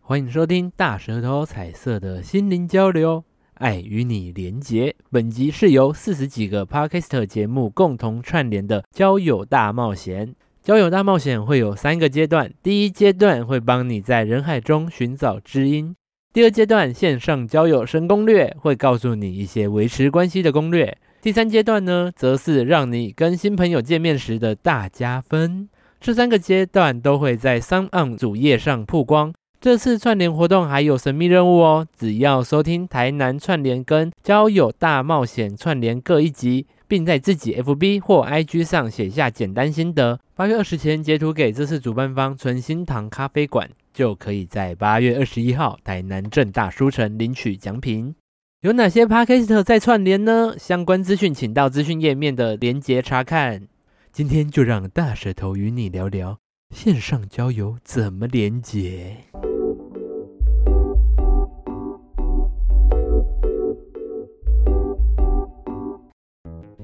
欢迎收听大舌头彩色的心灵交流，爱与你连结。本集是由四十几个 podcast 节目共同串联的交友大冒险。交友大冒险会有三个阶段，第一阶段会帮你在人海中寻找知音，第二阶段线上交友神攻略会告诉你一些维持关系的攻略，第三阶段呢，则是让你跟新朋友见面时的大加分。这三个阶段都会在 s o n on 主页上曝光。这次串联活动还有神秘任务哦！只要收听台南串联跟交友大冒险串联各一集，并在自己 FB 或 IG 上写下简单心得，八月二十前截图给这次主办方纯心堂咖啡馆，就可以在八月二十一号台南正大书城领取奖品。有哪些 Podcast 在串联呢？相关资讯请到资讯页面的连结查看。今天就让大舌头与你聊聊线上交友怎么连结。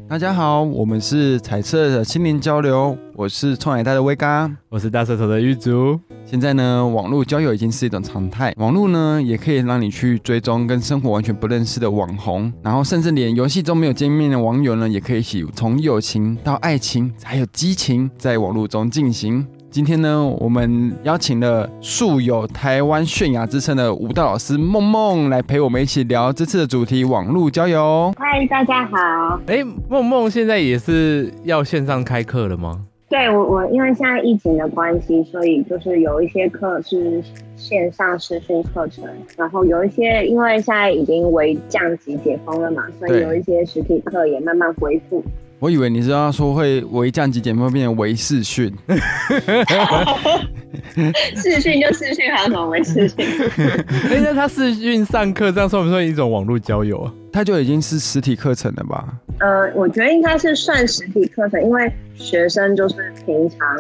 大家好，我们是彩色的心灵交流，我是创海大的威嘎。我是大舌头的玉竹。现在呢，网络交友已经是一种常态，网络呢也可以让你去追踪跟生活完全不认识的网红，然后甚至连游戏中没有见面的网友呢，也可以一起从友情到爱情，还有激情，在网络中进行。今天呢，我们邀请了素有台湾泫雅之称的舞蹈老师梦梦来陪我们一起聊这次的主题——网络交友。嗨，大家好。哎，梦梦现在也是要线上开课了 吗？对我，我因为现在疫情的关系，所以就是有一些课是线上视讯课程，然后有一些因为现在已经为降级解封了嘛，所以对有一些实体课也慢慢恢复。我以为你是要说会微降级减分变成微视讯， 视讯就视讯，还有啊什么为视讯？哎，那他视讯上课，这样算不算一种网络交友 啊？它就已经是实体课程了吧？ 呃，我觉得应该是算实体课程，因为学生就是平常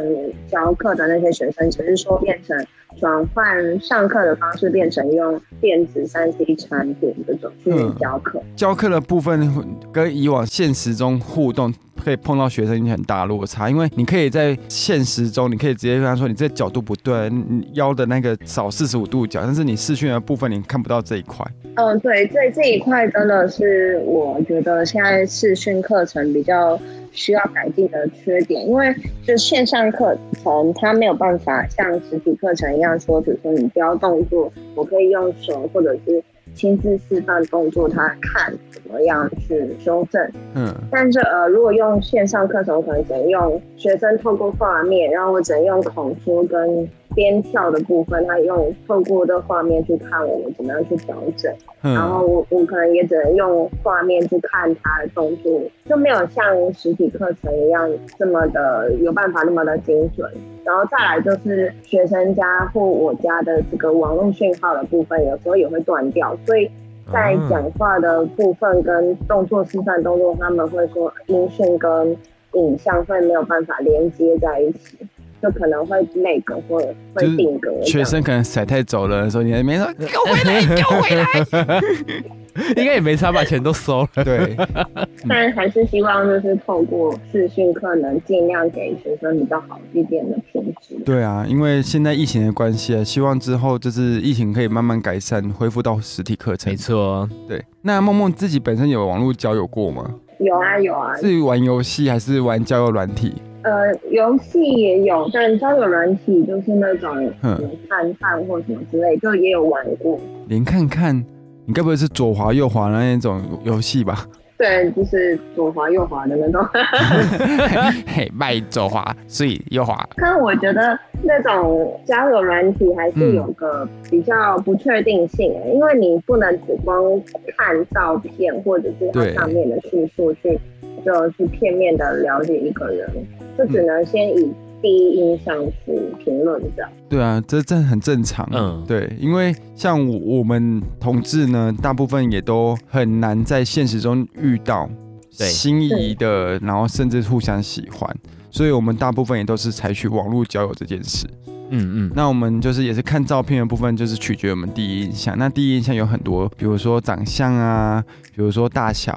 教课的那些学生，只是说变成转换上课的方式，变成用电子三 C 产品这种去嗯教课。教课的部分跟以往现实中互动可以碰到学生已经很大落差，因为你可以在现实中，你可以直接跟他说你这角度不对，你腰的那个少四十五度角，但是你视讯的部分你看不到这一块。嗯，对，这这一块真的是我觉得现在视讯课程比较需要改进的缺点，因为就线上课程它没有办法像实体课程一样说，比如说你教动作，我可以用手或者是亲自示范动作，他看怎么样去修正。嗯，但是呃，如果用线上课程，我可能只能用学生透过画面，然后我只能用口说跟边跳的部分，他用透过这画面去看我们怎么样去调整。然后嗯，我我可能也只能用画面去看他的动作，就没有像实体课程一样这么的有办法那么的精准。然后再来就是学生家或我家的这个网络讯号的部分，有时候也会断掉，所以在啊讲话的部分跟动作示范动作，他们会说音讯跟影像会没有办法连接在一起，就可能会那个或者会就是定格这学样。生可能甩太走了的时候，你还 没说给我回来，给我回来！应该也没差吧，钱都收了。对，嗯但还是希望就是透过视讯课，能尽量给学生比较好一点的品质。对啊，因为现在疫情的关系啊，希望之后就是疫情可以慢慢改善，恢复到实体课程没。错，对，那梦梦自己本身有网络交友过吗？有啊有啊，是玩游戏还是玩交友软体？呃，游戏也有，但交友软体就是那种嗯嗯探探或什么之类，就也有玩过。连看看，你该不会是左滑右滑的那种游戏吧？ 对，就是左滑右滑的那种。嘿，迈左滑，所以右滑。但我觉得那种交友软体还嗯是有个比较不确定性、因为你不能只光看照片或者是它对上面的叙述去就去片面的了解一个人，就只能先以第一印象去评论这样。对啊，这这很正常。啊嗯对，因为像我我们同志呢，大部分也都很难在现实中遇到对心仪的，然后甚至互相喜欢，所以我们大部分也都是采取网络交友这件事。嗯嗯，那我们就是也是看照片的部分，就是取决我们第一印象。那第一印象有很多，比如说长相啊，比如说大 小，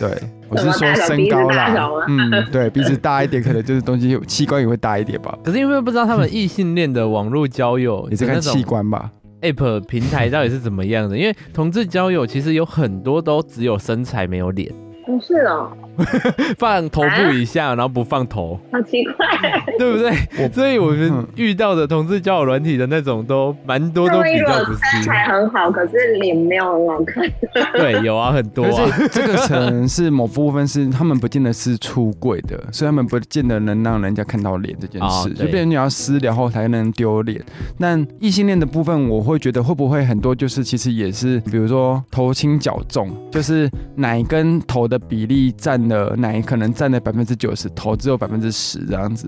对我是说身高什么大小啊啦鼻，嗯，对，鼻子大一点，可能就是东西器官也会大一点吧，可是因为不知道他们异性恋的网络交友 也是的看那器种官吧。 App 平台到底是怎么样的？因为同志交友其实有很多都只有身材没有脸，不是哦， 放头部以下，然后不放头，好奇怪，啊 对不对？所以我们嗯遇到的同志交友软体的那种都蛮多都那万一比如较果不身是，材很好，可是脸没有很好看， 对，有啊，很多可啊，是这个可能是某部分是他们不见得是出柜的，所以他们不见得能让人家看到脸这件哦事，对就变成你要私聊后才能丢脸。但异性恋的部分，我会觉得会不会很多就是其实也是，比如说头轻脚重，就是奶跟头的比例占了奶可能占了百分之九十，头只有百分之十这样子。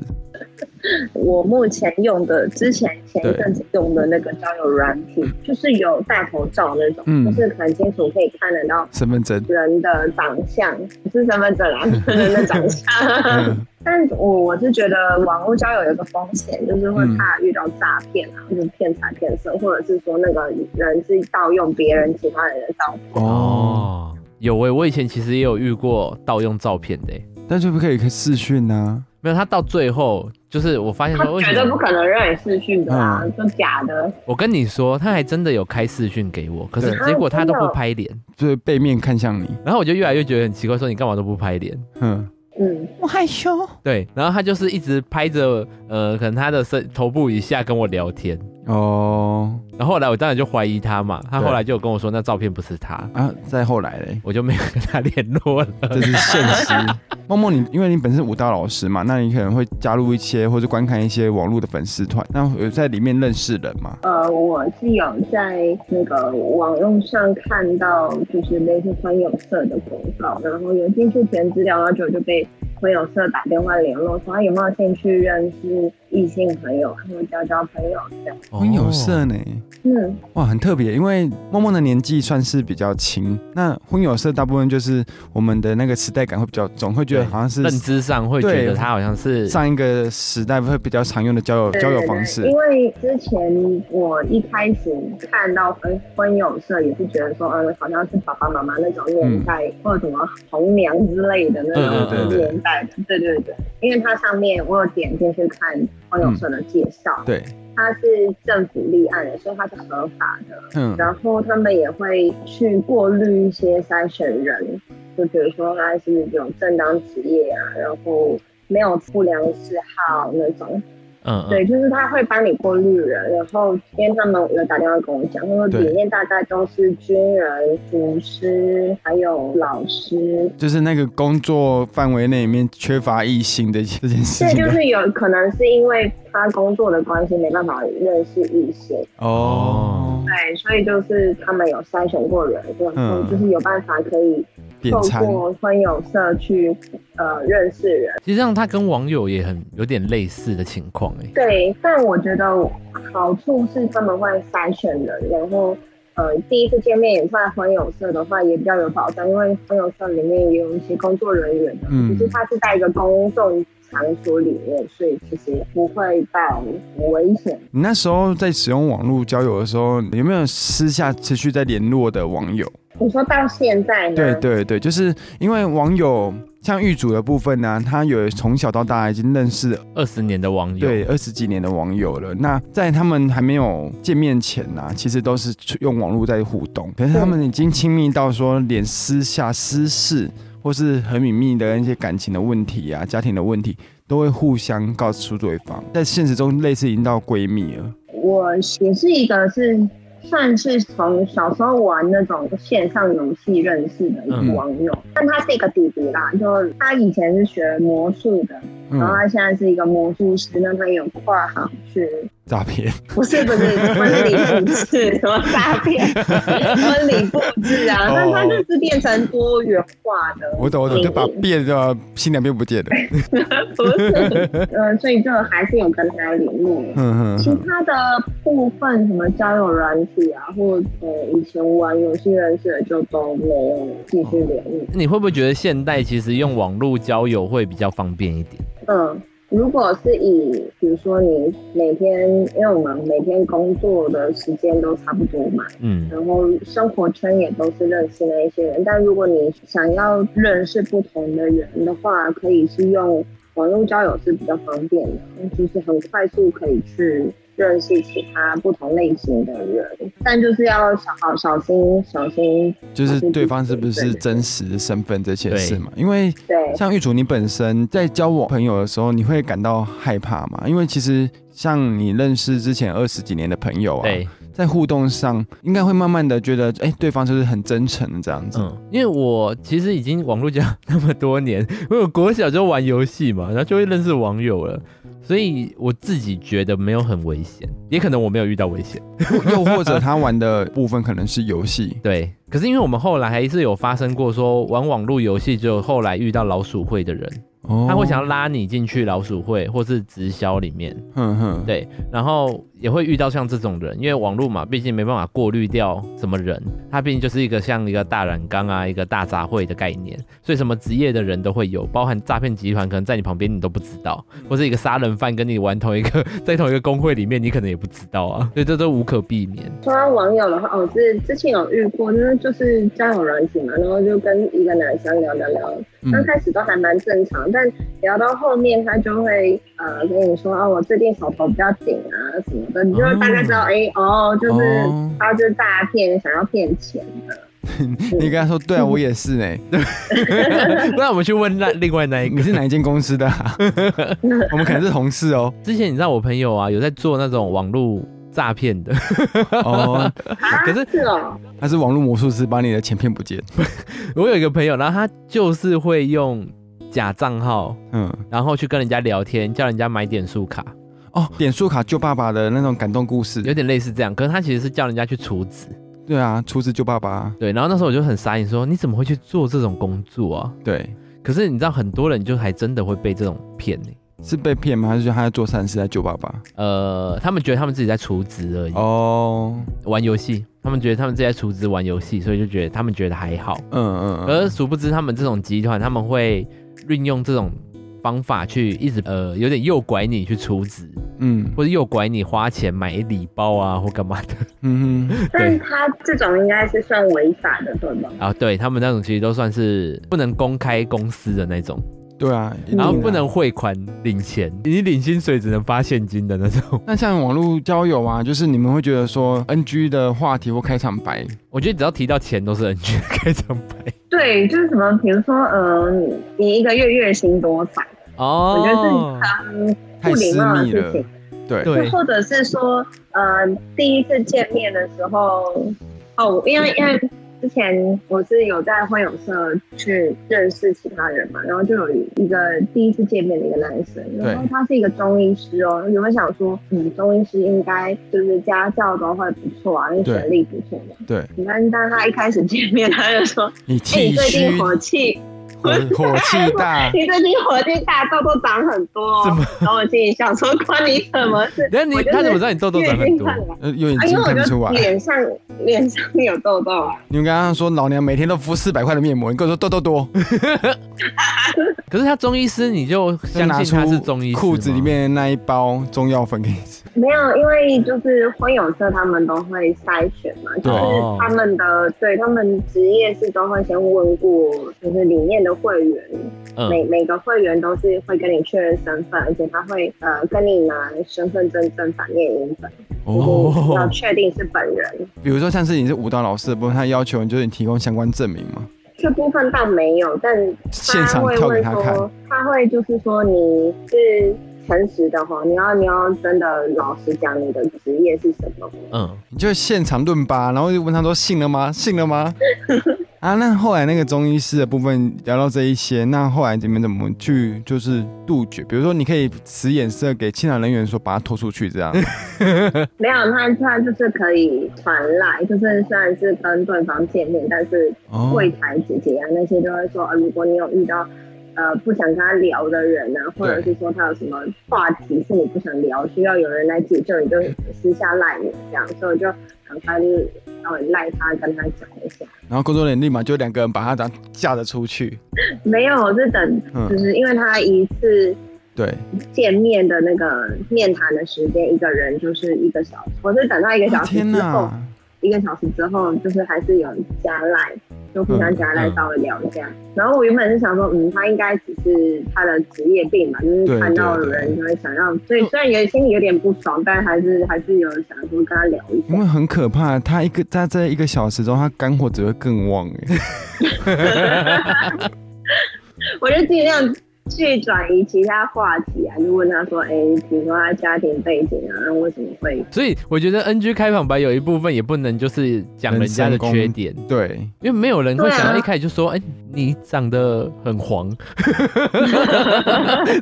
我目前用的，之前前一阵子用的那个交友软体，就是有大头照那种，嗯就是很清楚可以看得到身份证，人的长相，不是身份证啦，人的 长相。嗯，但我我是觉得网络交友有一个风险，就是会怕遇到诈骗啊，或者骗财骗色，或者是说那个人是盗用别人其他人的照哦，片。哦，有诶、我以前其实也有遇过盗用照片的、欸，但是不啊可以视讯呢、没有，他到最后就是我发现他说，嗯为绝什对么不可能让你视讯的啊，就假的。我跟你说，他还真的有开视讯给我，可是对结果他都啊真不的拍脸，就是背面看向你，然后我就越来越觉得很奇怪，说你干嘛都不拍脸？嗯，嗯，我害羞对，然后他就是一直拍着呃，可能他的身头部以下跟我聊天，哦然后后来我当然就怀疑他嘛，他对后来就有跟我说那照片不是他，啊，再后来嘞。我就没有跟他联络了。这是现 实。默默你，因为你本身是舞蹈老师嘛，那你可能会加入一些或者观看一些网络的粉丝团，那有在里面认识人嘛？呃，我是有在那个网络上看到，就是类似婚友社的广告，然后有进去填资料，然后就就被婚友社打电话联络，说他有没有兴趣认识异性朋友，然后交交朋友这样。很有色哦，呢。嗯，哇，很特别，因为默默的年纪算是比较轻，那婚友社大部分就是我们的那个时代感会比较重，会觉得对好像是认知上会觉得对他好像是上一个时代会比较常用的交友对交友对方对式。因为之前我一开始看到婚婚友社，也是觉得说，嗯，好像是爸爸妈妈那种年代，或者什么红娘之类的那嗯嗯种对对年代的，对对对。因为它上面我有点进去看婚友社的介绍，对，它是政府立案的，所以它是合法的。嗯，然后他们也会去过滤一些筛选人，就比如说他是有正当职业啊，然后没有不良嗜好那种。嗯嗯对，就是他会帮你过滤人，然后今天他们有打电话跟我讲，他说对里面大概都是军人、厨师，还有老师，就是那个工作范围内里面缺乏异性的这件事对，情就的。是有可能是因为他工作的关系没办法认识异性，哦，对，所以就是他们有筛选过人，然后嗯就是有办法可以点透餐。过婚友社去呃认识人。其实让他跟网友也很有点类似的情况哎、对，但我觉得好处是他们会筛选人，然后呃，第一次见面也算婚友社的话也比较有保障，因为婚友社里面也有一些工作人员的，嗯就是他是在一个公众场所里面，所以其实不会到很危险。你那时候在使用网络交友的时候，有没有私下持续在联络的网友？你说到现在呢？对对对，就是因为网友像狱主的部分呢、他有从小到大已经认识二十年的网友，对二十几年的网友了。那在他们还没有见面前呢、其实都是用网络在互动，可是他们已经亲密到说连私下私事或是很隐秘的一些感情的问题啊、家庭的问题，都会互相告诉对方。在现实中，类似已经到闺蜜了。我也是一个是算是从小时候玩那种线上游戏认识的一嗯个网友，但他是一个弟弟啦，就他以前是学魔术的，嗯然，后他现在是一个魔术师，那他有跨行去，诈骗。不是不是婚礼布置什么诈 骗，婚礼布置啊，哦那他就是变成多元化的，我懂，我懂，就 把变的新娘变不见了。不是，呃，所以就还是有跟他联络。嗯其他的部分，什么交友软体啊，或者以前玩游戏认识的，就都没有继续联络。你会不会觉得现代其实用网络交友会比较方便一点？嗯，如果是以比如说你每天，因为我们每天工作的时间都差不多嘛，嗯，然后生活圈也都是认识那一些人，但如果你想要认识不同的人的话，可以是用网络交友是比较方便的，就是很快速可以去。认识其他不同类型的人，但就是要小小心小心，就是对方是不是真实身份这些事嘛？因为对像玉主，你本身在交往朋友的时候，你会感到害怕嘛？因为其实像你认识之前二十几年的朋友啊，对，在互动上应该会慢慢的觉得，哎、对方就是很真诚的这样子。嗯，因为我其实已经网络交友那么多年， 因为我国小就玩游戏嘛，然后就会认识网友了，所以我自己觉得没有很危险，也可能我没有遇到危险。 又或者他玩的部分可能是游戏，对，可是因为我们后来还是有发生过说玩网络游戏，就后来遇到老鼠会的人，哦他会想要拉你进去老鼠会或是直销里面，哼哼，对，然后也会遇到像这种人，因为网络嘛，毕竟没办法过滤掉什么人，它毕竟就是一个像一个大染缸啊，一个大杂烩的概念，所以什么职业的人都会有，包含诈骗集团可能在你旁边你都不知道，或是一个杀人犯跟你玩同一个在同一个工会里面，你可能也不知道啊，所以这都无可避免。说到网友的话，哦，是之前有遇过，就是就是交友软体嘛，然后就跟一个男生聊聊聊，嗯刚开始都还蛮正常，但聊到后面他就会呃跟你说，哦，我最近手头比较紧啊什么的，你就会大概知道，哦哎、哦，就是、哦他就是诈骗，想要骗钱的。你跟他说，对啊，我也是 呢。那我们去问那另外那一个，你是哪一间公司 的、啊？我们可能是同事哦。之前你知道我朋友啊有在做那种网络诈骗的，哦，啊 可是是哦，他是网络魔术师，把你的钱骗不见。我有一个朋友，然后他就是会用假账号。嗯，然后去跟人家聊天，叫人家买点数卡，哦，点数卡救爸爸的那种感动故事。有点类似这样。可是他其实是叫人家去储值，对啊，出自救爸爸。对。然后那时候我就很傻眼，说你怎么会去做这种工作啊？对，可是你知道，很多人就还真的会被这种骗欸呢、是被骗吗？还是说他在做善事在救爸爸？呃，他们觉得他们自己在储值而已，哦，玩游戏。他们觉得他们自己在储值玩游戏，所以就觉得他们觉得还好。嗯嗯嗯，而殊不知，他们这种集团，他们会运用这种方法去一直呃，有点诱拐你去储值，嗯或者诱拐你花钱买礼包啊，或干嘛的。嗯哼，但他这种应该是算违法的，对吧？啊，对他们那种其实都算是不能公开公司的那种，对啊，一定然后不的啊能汇款领钱，你领薪水只能发现金的那种。 那像网络交友啊，就是你们会觉得说 NG 的话题或开场白，我觉得只要提到钱都是 NG 的开场白对，就是什么，比如说，嗯、你一个月月薪多少？哦我觉得是很不礼貌的事情。对对或者是说，呃，第一次见面的时候，哦，因为因为之前我是有在会友社去认识其他人嘛，然后就有一个第一次见面的一个男生，然后他是一个中医师哦，有没有想说，嗯，中医师应该就是家教都会不错啊，因为对学历不错嘛。对，但但他一开始见面，他就说你：“哎、你气最虚近火气，火嗯火气大 ，你最近火气大，痘痘长很多、哦。”然后我心里想说：“关你什么事？”等下你我就是他怎么知道你痘痘长很月多经？上来呃，有眼啊，因睛为我看不就出来。脸上脸上有痘痘啊，你们刚刚说老娘每天都敷四百块的面膜，你跟我说痘痘多，可是他中医师，你就再拿相信他是中医出师裤子吗里。面那一包中药粉给你吃。没有，因为就是婚友社他们都会筛选嘛，就对是他们的对他们职业是都会先问过，就是里面的会员，每嗯，每个会员都是会跟你确认身份，而且他会呃跟你拿身份证正反面影本，就是要哦，确定是本人。比如说像是你是舞蹈老师的部分，他要求你就是你提供相关证明嘛，这部分倒没有，但现场会跳给问他看。说，他会就是说你是诚实的哈，你要你要真的老实讲你的职业是什么。嗯，你就现场论吧，然后就问他说信了吗？信了吗？啊，那后来那个中医师的部分聊到这一些，那后来你们怎么去就是杜绝？比如说你可以使眼色给现场人员说把他拖出去这样，没有，他他就是可以传来，就是虽然是跟对方见面，但是哦柜台姐姐啊那些就会说，呃，如果你有遇到。呃，不想跟他聊的人啊，或者是说他有什么话题是你不想聊，需要有人来解救，你就私下赖我这样，所以我就赶快就是稍微赖他，跟他讲一下。然后工作人员立马就两个人把他这样架着出去。没有，我是等，嗯就是因为他一次对，见面的那个面谈的时间，一个人就是一个小时，我是等到一个哇小时哦天之后，哪！一个小时之后，就是还是有人加赖，就互相加赖嗯稍微聊一下。然后我原本是想说，嗯，他应该只是他的职业病吧，就是对看到对对人就会想要，所以虽然有心里有点不爽，但还是还是有想说跟他聊一因下。为很可怕，他一个他在一个小时中，他肝火只会更旺哎。我就尽量去转移其他话题啊，就问他说，哎、比如说他家庭背景啊，为什么会所以我觉得 NG 开场白有一部分也不能就是讲人家的缺点，对，因为没有人会对啊想到一开始就说，哎、你长得很黄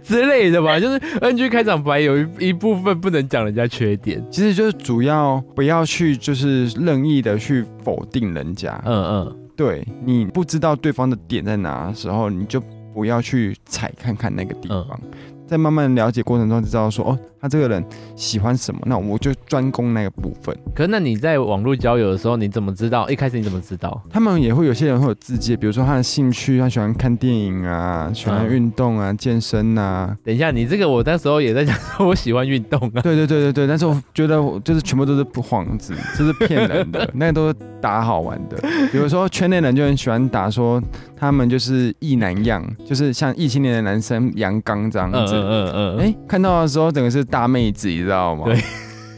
之类的吧。就是 NG 开场白有一一部分不能讲人家缺点，其实就是主要不要去就是任意的去否定人家。嗯嗯，对你不知道对方的点在哪的时候，你就不要去踩看看那个地方，在慢慢了解过程中就知道说哦，他这个人喜欢什么，那我就专攻那个部分。可是那你在网络交友的时候，你怎么知道？一开始你怎么知道？他们也会有些人会有自介，比如说他的兴趣，他喜欢看电影啊，喜欢嗯运动啊，健身啊。等一下，你这个我那时候也在想，说我喜欢运动啊。对对对对对，但是我觉得我就是全部都是幌子，这是骗人的，那个都是打好玩 的。比如说圈内人就很喜欢打说他们就是异男样，就是像异性恋的男生阳刚这样嗯子。嗯嗯哎、嗯，看到的时候整个是大妹子，你知道吗？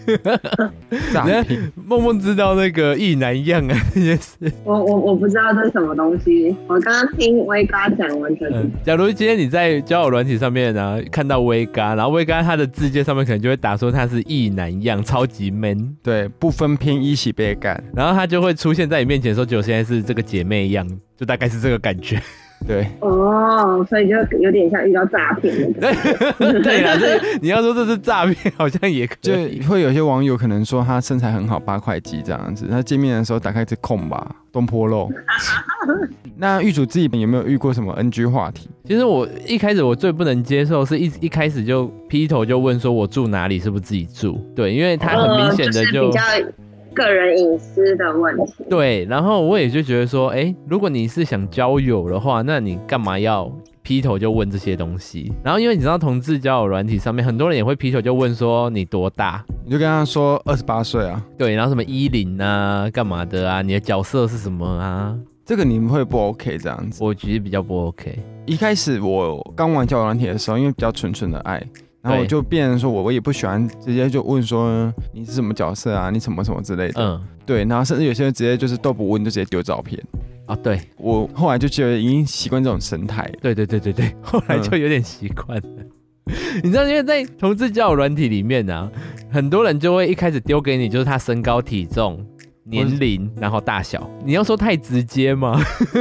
对， 诈骗。梦梦知道那个一男样啊这件事。我我我不知道这是什么东西，我刚刚听威哥讲完全不嗯，假如今天你在交友软体上面呢、看到威嘎，然后威嘎他的字界上面可能就会打说他是异男一样，超级 man，对，不分偏一起被干。然后他就会出现在你面前说，就现在是这个姐妹一样，就大概是这个感 觉。对，哦，所以就有点像遇到诈骗的感觉。对啦，这你要说这是诈骗，好像也可就以。会有些网友可能说他身材很好，八块肌这样子。他见面的时候打开这空吧，东 坡肉。那玉主自己有没有遇过什么 NG 话题？其实我一开始我最不能接受是一一开始就劈头就问说我住哪里，是不是自己住？对，因为他很明显的呃就、是比较个人隐私的问题。对，然后我也就觉得说，哎，如果你是想交友的话，那你干嘛要劈头就问这些东西？然后因为你知道同志交友软体上面很多人也会劈头就问说你多大，你就跟他说二十八岁啊，对，然后什么衣领啊，干嘛的啊，你的角色是什么啊？这个你们会不 OK 这样子？我觉得比较不 OK。一开始我刚玩交友软体的时候，因为比较纯纯的爱，然后我对就变成说我我也不喜欢直接就问说你是什么角色啊，你什么什么之类的。嗯，对，然后甚至有些人直接就是都不问，就直接丢照片。啊，对，我后来就觉得已经习惯这种生态了。对对对对 对，后来就有点习惯了。 你知道，因为在同志交友软体里面啊，很多人就会一开始丢给你就是他身高、体重、年龄，然后大小。你要说太直接吗？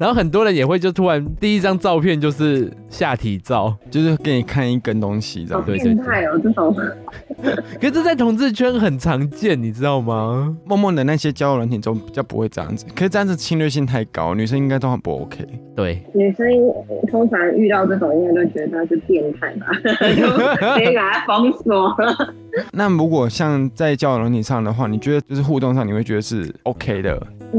然后很多人也会就突然第一张照片就是下体照，就是给你看一根东西这好样。对变态哦，这种可是在同志圈很常见，你知道吗？梦梦的那些交友软体中比较不会这样子，可是这样子侵略性太高，女生应该都很不 OK。对，女生通常遇到这种，应该都觉得他是变态吧， 就直接把他封锁。那如果像在交友软体上的话，你觉得就是互动上你会觉得是 OK 的？嗯，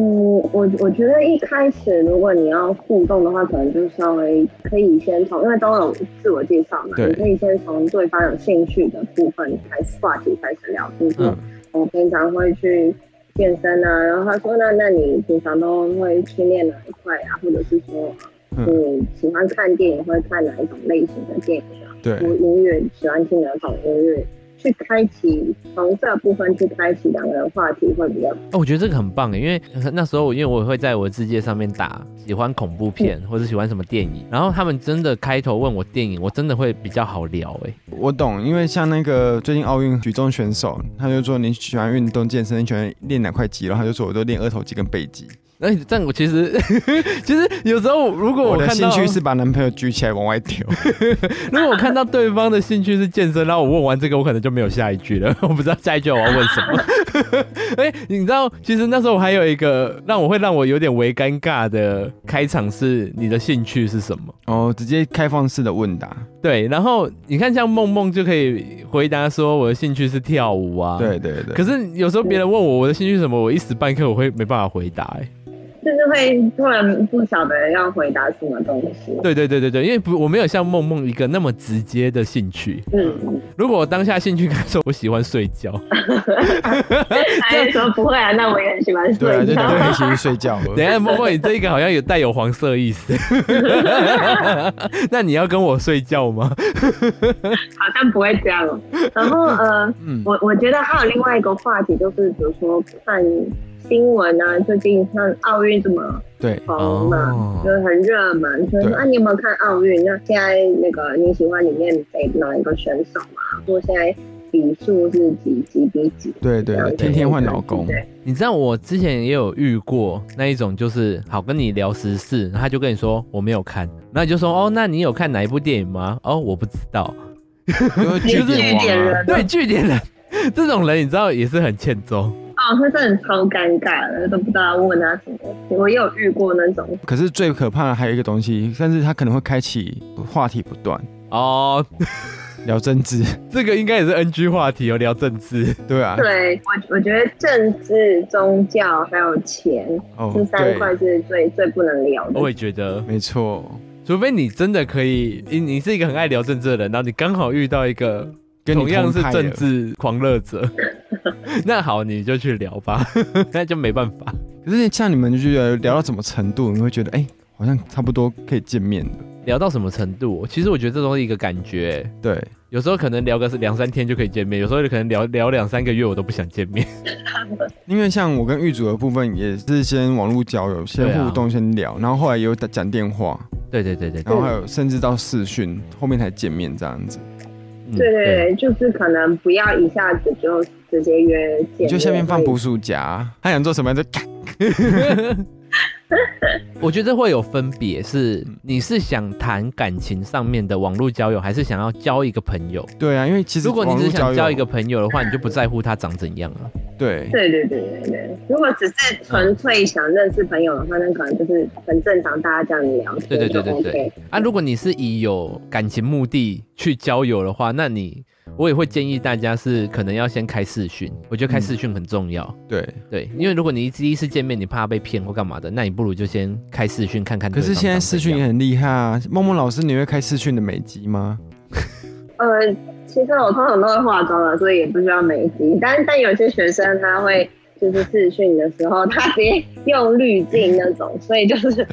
我我觉得一开始如果你要互动的话，可能就稍微可以先从，因为都有自我介绍嘛，对你可以先从对方有兴趣的部分开始话题开始聊，比如说嗯我平常会去健身啊，然后他说那那你平常都会去练哪一块啊，或者是说嗯你喜欢看电影会看哪一种类型的电影啊，对或音乐喜欢听哪种音乐，去开启从这部分去开启两个人话题会比较哦，我觉得这个很棒耶，因为那时候我因为我会在我的字界上面打喜欢恐怖片嗯或者喜欢什么电影，然后他们真的开头问我电影，我真的会比较好聊哎。我懂，因为像那个最近奥运举重选手，他就说你喜欢运动健身，你喜欢练哪块肌，然后他就说我都练二头肌跟背肌。那你这样我其实 其实有时候如果我我的看兴到，趣是把男朋友举起来往外丢。如果我看到对方的兴趣是健身，然后我问完这个，我可能就没有下一句了，我 不知道下一句我要问什么。 哎、你知道，其实那时候我还有一个让我会让我有点微尴尬的开场是你的兴趣是什么？哦，直接开放式的问答。对，然后你看，像梦梦就可以回答说我的兴趣是跳舞啊。。对对对。可是有时候别人问我我的兴趣是什么，我一时半刻我会没办法回答、欸。就就是会突然不晓得要回答什么东西。对对对对对，因为不我没有像梦梦一个那么直接的兴趣。嗯，如果我当下兴趣跟他说我喜欢睡觉，还是说不会啊？那我也很喜欢对啊，睡就觉。都一起去睡觉等一了。下梦梦你这一个好像有带有黄色意思， 那你要跟我睡觉吗？ 好像不会这 样哦。然后呃，嗯我我觉得还有另外一个话题，就是比如说看新闻啊，最近看奥运这么对，红嘛，哦就是很热门。所以说对啊，你有没有看奥运？那现在那个你喜欢里面哪哪一个选手嘛？说现在比数是几几比几？对对这样对，子天天换老公，对，你知道我之前也有遇过那一种，就是好跟你聊时事，然后他就跟你说我没有看，然后你就说哦，那你有看哪一部电影吗？哦，我不知道。就是你据是点据点王啊。人对，据点人这种人，你知道也是很欠揍。哦，他真的超尴尬的，都不知道问他什么。我也有遇过那种，可是最可怕的还有一个东西，但是他可能会开启话题不断，哦，聊政治。这个应该也是 NG 话题哦，聊政治。 对啊，对我我觉得政治、宗教还有钱哦这，三对，哦块是最最不能聊的我。也觉得，没错，除非你真的可以，你你是一个很爱聊政治的人，然后你刚好遇到一个跟你同样是同派的政治狂热者，那好，你就去聊吧， 那就没办法。可是像你们就觉得聊到什么程度，你会觉得哎、好像差不多可以见面的。聊到什么程度？其实我觉得这都是一个感觉、对，有时候可能聊个两三天就可以见面，有时候可能聊聊两三个月我都不想见面。因为像我跟玉主的部分也是先网络交友，对先啊互动，先聊，然后后来也有打讲电话， 对对对对然后还有甚至到视讯，后面才见面这样子。嗯对对 对，就是可能不要一下子就直接约见你面，就下面放捕鼠夹，他想做什么就嘎。我觉得会有分别，是你是想谈感情上面的网络交友，还是想要交一个朋友？对啊，因为其实如果你只是网想络交友一个，朋友的话，你就不在乎他长怎样了。对对对对对对，如果只是纯粹想认识朋友的话，那可能就是很正常，大家这样聊对天对就对对 OK。对。啊，如果你是以有感情目的去交友的话，那你我也会建议大家是可能要先开视讯，我觉得开视讯很重要。对。对，因为如果你第一次见面，你怕被骗或干嘛的，那你不如就先开视讯看看可对方是长怎现样。在视讯也很厉害啊，梦梦老师，你会开视讯的美肌吗？呃，其实我通常都会化妆了，所以也不需要美肌。但但有些学生他会就是试训的时候，他直接用滤镜那种，所以就是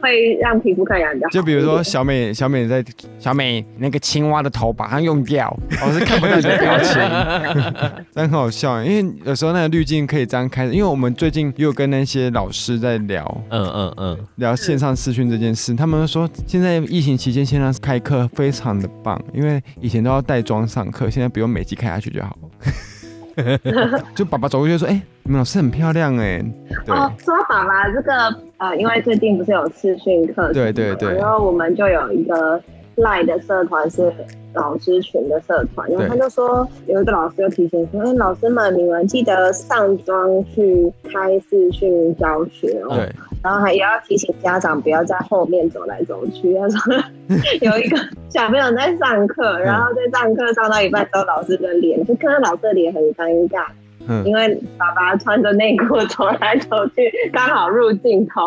会让皮肤看起来比较好 就比如一说点小美，小美在小美那个青蛙的头把它用掉，老师哦看不到你的表 情，真好笑。因为有时候那个滤镜可以这样开，因为我们最近又跟那些老师在聊嗯嗯嗯，聊线上视讯这件事，他们说现在疫情期间线上开课非常的棒，因为以前都要带妆上课，现在不用美肌开下去就好。 就爸爸走过去就说：“哎、你们老师很漂亮哎、对、哦，说到爸爸这个呃，因为最近不是有视讯课程嘛，对对对然后我们就有一个赖的社团是老师群的社团，然后他对就说有一个老师就提醒说，哎，老师们你们记得上妆去开视讯教学哦，对，然后还也要提醒家长不要在后面走来走去。他说有一个小朋友在上课，然后在上课上到一半之后，老师的脸就看到老师的脸很尴尬，嗯，因为爸爸穿着内裤走来走去，刚好入镜头。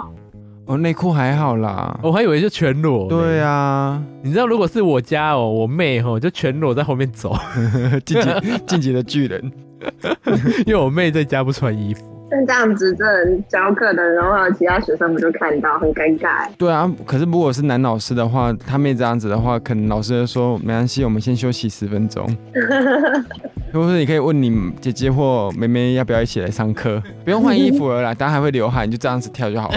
哦，内裤还好啦。我还以为就全裸。对啊，你知道，如果是我家哦，我妹哦，就全裸在后面走， 晋级晋级的巨人，因为我妹在家不穿衣服。但这样子，这人教课的人还有其他学生不就看到很尴尬？对啊。可是如果是男老师的话，他妹这样子的话，可能老师就说没关系，我们先休息十分钟。或者是你可以问你姐姐或妹妹要不要一起来上 课，不用换衣服了啦，大家还会流汗，你就这样子跳就好了。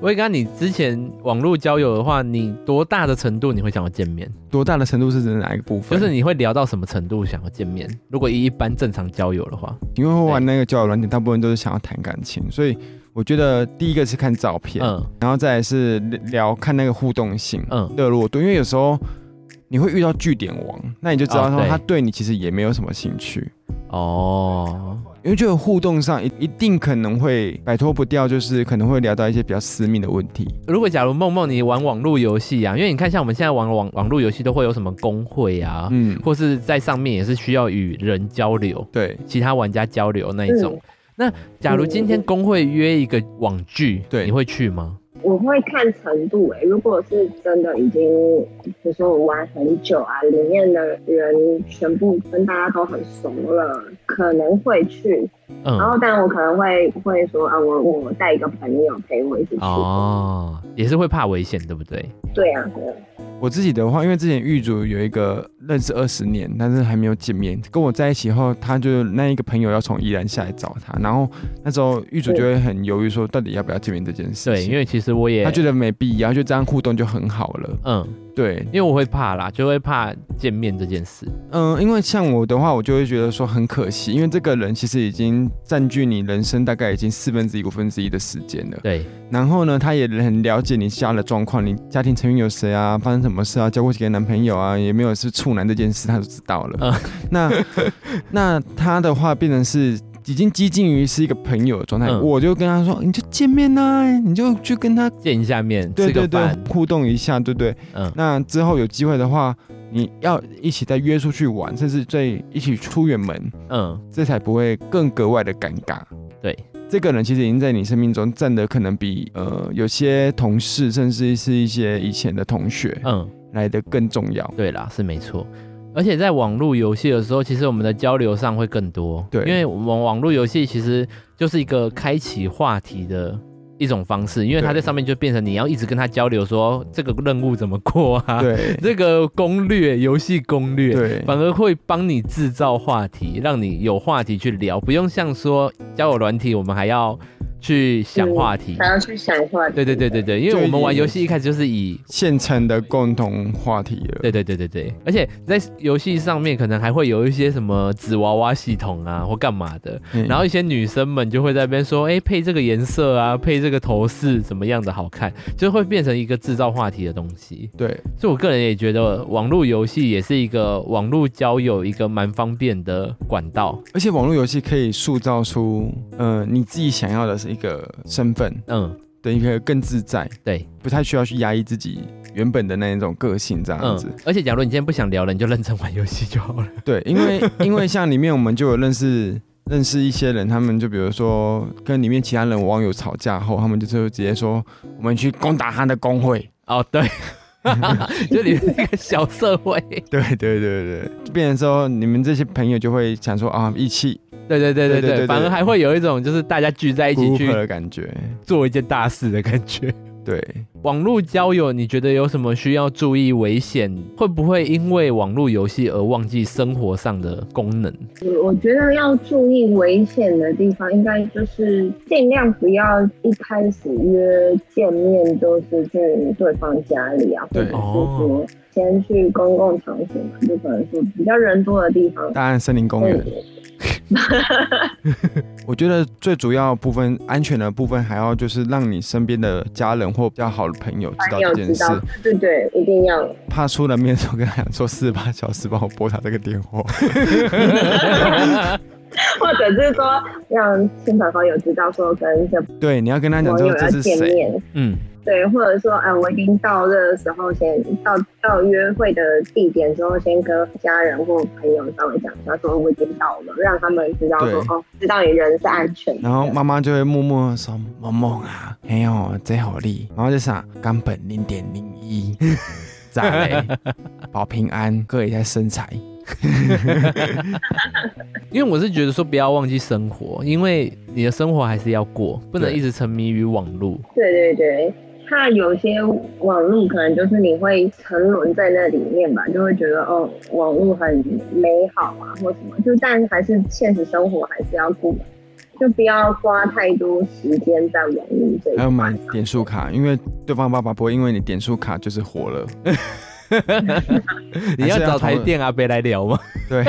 威刚，你之前网络交友的话，你多大的程度你会想要见面？ 多大的程度是指哪一个部就分？是你会聊到什么程度想要见面？如果以一般正常交友的话，因为会玩那个交友软件，大部分都是想要谈感情，所以我觉得第一个是看照片，嗯然后再来是聊看那个互动性，嗯，热络度，因为有时候你会遇到据点王，那你就知道哦说对他对你其实也没有什么兴趣，哦，因为就有互动上一一定可能会摆脱不掉，就是可能会聊到一些比较私密的问题。如果假如梦梦你玩网络游戏啊，因为你看像我们现在玩网网络游戏都会有什么公会啊，嗯，或是在上面也是需要与人交流，对其他玩家交流那一种。那假如嗯今天工会约一个网剧，对你会去吗？我会看程度诶、如果是真的已经，比如说我玩很久啊，里面的人全部跟大家都很熟了，可能会去。然嗯，后，但我可能会会说啊，我我带一个朋友陪我一起去。哦，也是会怕危险，对不对？对啊，对啊，我自己的话，因为之前狱主有一个认识二十年，但是还没有见面。跟我在一起后，他就那一个朋友要从宜兰下来找他，然后那时候狱主就会很犹豫说，到底要不要见面这件事对，情。因为其实我也他觉得没必要，就这样互动就很好了。嗯，对，因为我会怕啦，就会怕见面这件事。嗯，因为像我的话，我就会觉得说很可惜，因为这个人其实已经占据你人生大概已经四分之一、五分之一的时间了。对，然后呢，他也很了解你家的状况，你家庭成员有谁啊，发生什么事啊，交过几个男朋友啊，也没有是处男这件事，他都知道了。嗯 那那他的话变成是。已经接近于是一个朋友的状态，嗯我就跟他说，你就见面呐、你就去跟他见一下面，对吃对个对饭，互动一下，对不对？嗯那之后有机会的话，你要一起再约出去玩，甚至再一起出远门，嗯，这才不会更格外的尴尬。对，这个人其实已经在你生命中占的可能比呃有些同事，甚至是一些以前的同学嗯。来的更重要。对啦，是没错。而且在网络游戏的时候，其实我们的交流上会更多。对因为我们网络游戏其实就是一个开启话题的一种方式，因为它对在上面就变成你要一直跟他交流说，这个任务怎么过啊，对 这个攻略、游戏攻略，对反而会帮你制造话题，让你有话题去聊，不用像说交友软体，我们还要去想话题。还要去想一下。对对对对对，因就为我们玩也游戏一开始就是以现成的共同话题了。对对对对嗯对，而且在游戏上面可能还会有一些什么纸娃娃系统啊，或干嘛的，嗯然后一些女生们就会在那边说，哎、配这个颜色啊，配这个头饰怎么样的好看，就会变成一个制造话题的东西。嗯对所以我个人也觉得，网络游戏也是一个网络交友一个蛮方便的管道。而且网络游戏可以塑造出，呃，你自己想要的是一个身份，嗯，对，一个更自在，对，不太需要去压抑自己原本的那一种个性这样嗯子。，而且假如你今天不想聊了，你就认真玩游戏就好了。对，因为因为像里面我们就有认识认识一些人，他们就比如说跟里面其他人网友吵架后，他们就是直接说我们去攻打他的工会。哦，对， 就里面是一个小社会。对对对对，就变成之后你们这些朋友就会想说啊，一起对对对对对对对对，反而还会有一种就是大家聚在一起 group 去的感觉。做一件大事的感觉。对，网络交友，你觉得有什么需要注意危险？会不会因为网络游戏而忘记生活上的功能？我我觉得要注意危险的地方，应该就是尽量不要一开始约见面都是去对方家里啊，或对者是说先去公共场所嘛，就可能说比较人多的地方。大安森林公园。哦我觉得最主要部分安全的部分，还要就是让你身边的家人或比较好的朋友知道朋友这件知事道。，对对，一定要。怕出了面的时候跟他讲说四十八小时帮我拨打这个电 话。或者是说让亲朋好友知道说跟这对，你要跟他讲网说友这要是见谁。面，嗯，对，或者说哎、我已经到这个时候先到到约会的地点之后，先跟家人或朋友稍微讲一下，说我已经到了，让他们知道说对哦，知道你人是安全的。然后妈妈就会默默地说：“萌萌啊，哎呦，这好力。”然后就想冈本零点零 一，咋嘞？保平安，哥也在身材。因为我是觉得说不要忘记生活，因为你的生活还是要过，不能对一直沉迷于网络。对对对，怕有些网络可能就是你会沉沦在那里面吧，就会觉得哦，网络很美好啊，或什么，就但还是现实生活还是要顾，就不要花太多时间在网络这一还块有。买点数卡，因为对方爸爸不会因为你点数卡就是活了。你要找台电阿伯来聊吗？ 对，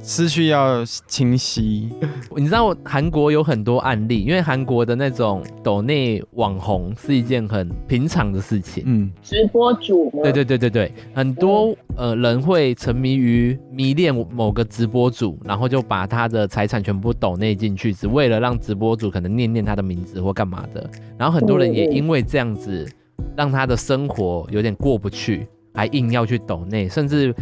思绪要清晰。你知道韩国有很多案例，因为韩国的那种抖内网红是一件很平常的事情。嗯，直播主嘛对对对对对，很多呃人会沉迷于迷恋某个直播主，然后就把他的财产全部抖内进去，只为了让直播主可能念念他的名字或干嘛的。然后很多人也嗯嗯因为这样子，让他的生活有点过不去，还硬要去抖内，甚至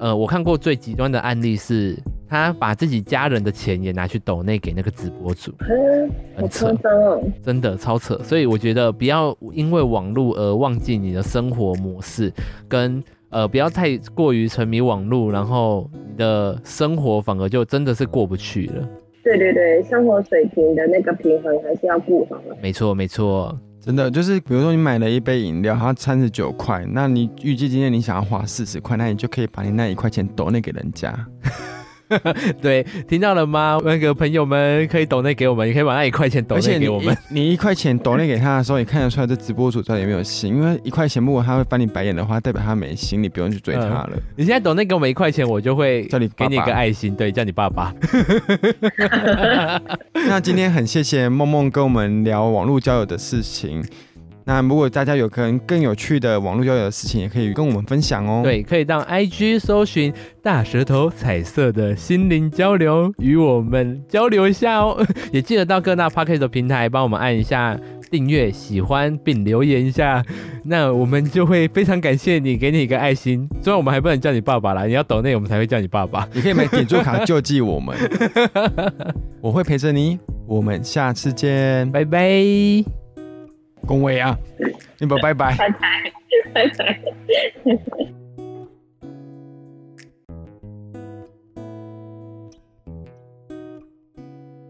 呃我看过最极端的案例是，他把自己家人的钱也拿去抖内给那个直播主，嗯，好很扯夸张哦。真的超扯。所以我觉得不要因为网络而忘记你的生活模式，跟呃不要太过于沉迷网络，然后你的生活反而就真的是过不去了。对对对，生活水平的那个平衡还是要顾好 了。没错，没错，真的就是，比如说你买了一杯饮料，它三十九块，那你预计今天你想要花四十块，那你就可以把你那一块钱抖那给人家。对，听到了 吗？那个朋友们可以抖内给我们，也可以把那一块钱抖而且内你给我们。一你一块钱抖那给他的时候，也看得出来这直播主到底有没有心，因为一块钱如果他会翻你白眼的话，代表他没心，你不用去追他了。你现在抖内给我们一块钱，我就会叫你给爸你一个爸。爱心，对，叫你爸爸。嗯 那今天很谢谢梦梦跟我们聊网络交友的事情。那如果大家有可能更有趣的网络交友的事情，也可以跟我们分享哦。，对，可以到 IG 搜寻“大舌头彩色的心灵交流”，与我们交流一下哦。 也记得到各大 p o c k e t 的平台帮我们按一下订阅、喜欢并留言一下，那我们就会非常感谢你，给你一个爱心。虽然我们还不能叫你爸爸啦，你要抖内我们才会叫你爸爸。你可以买点桌卡救 济我们，我会陪着你。我们下次见，拜拜。恭维啊，你们拜拜。拜拜，拜拜。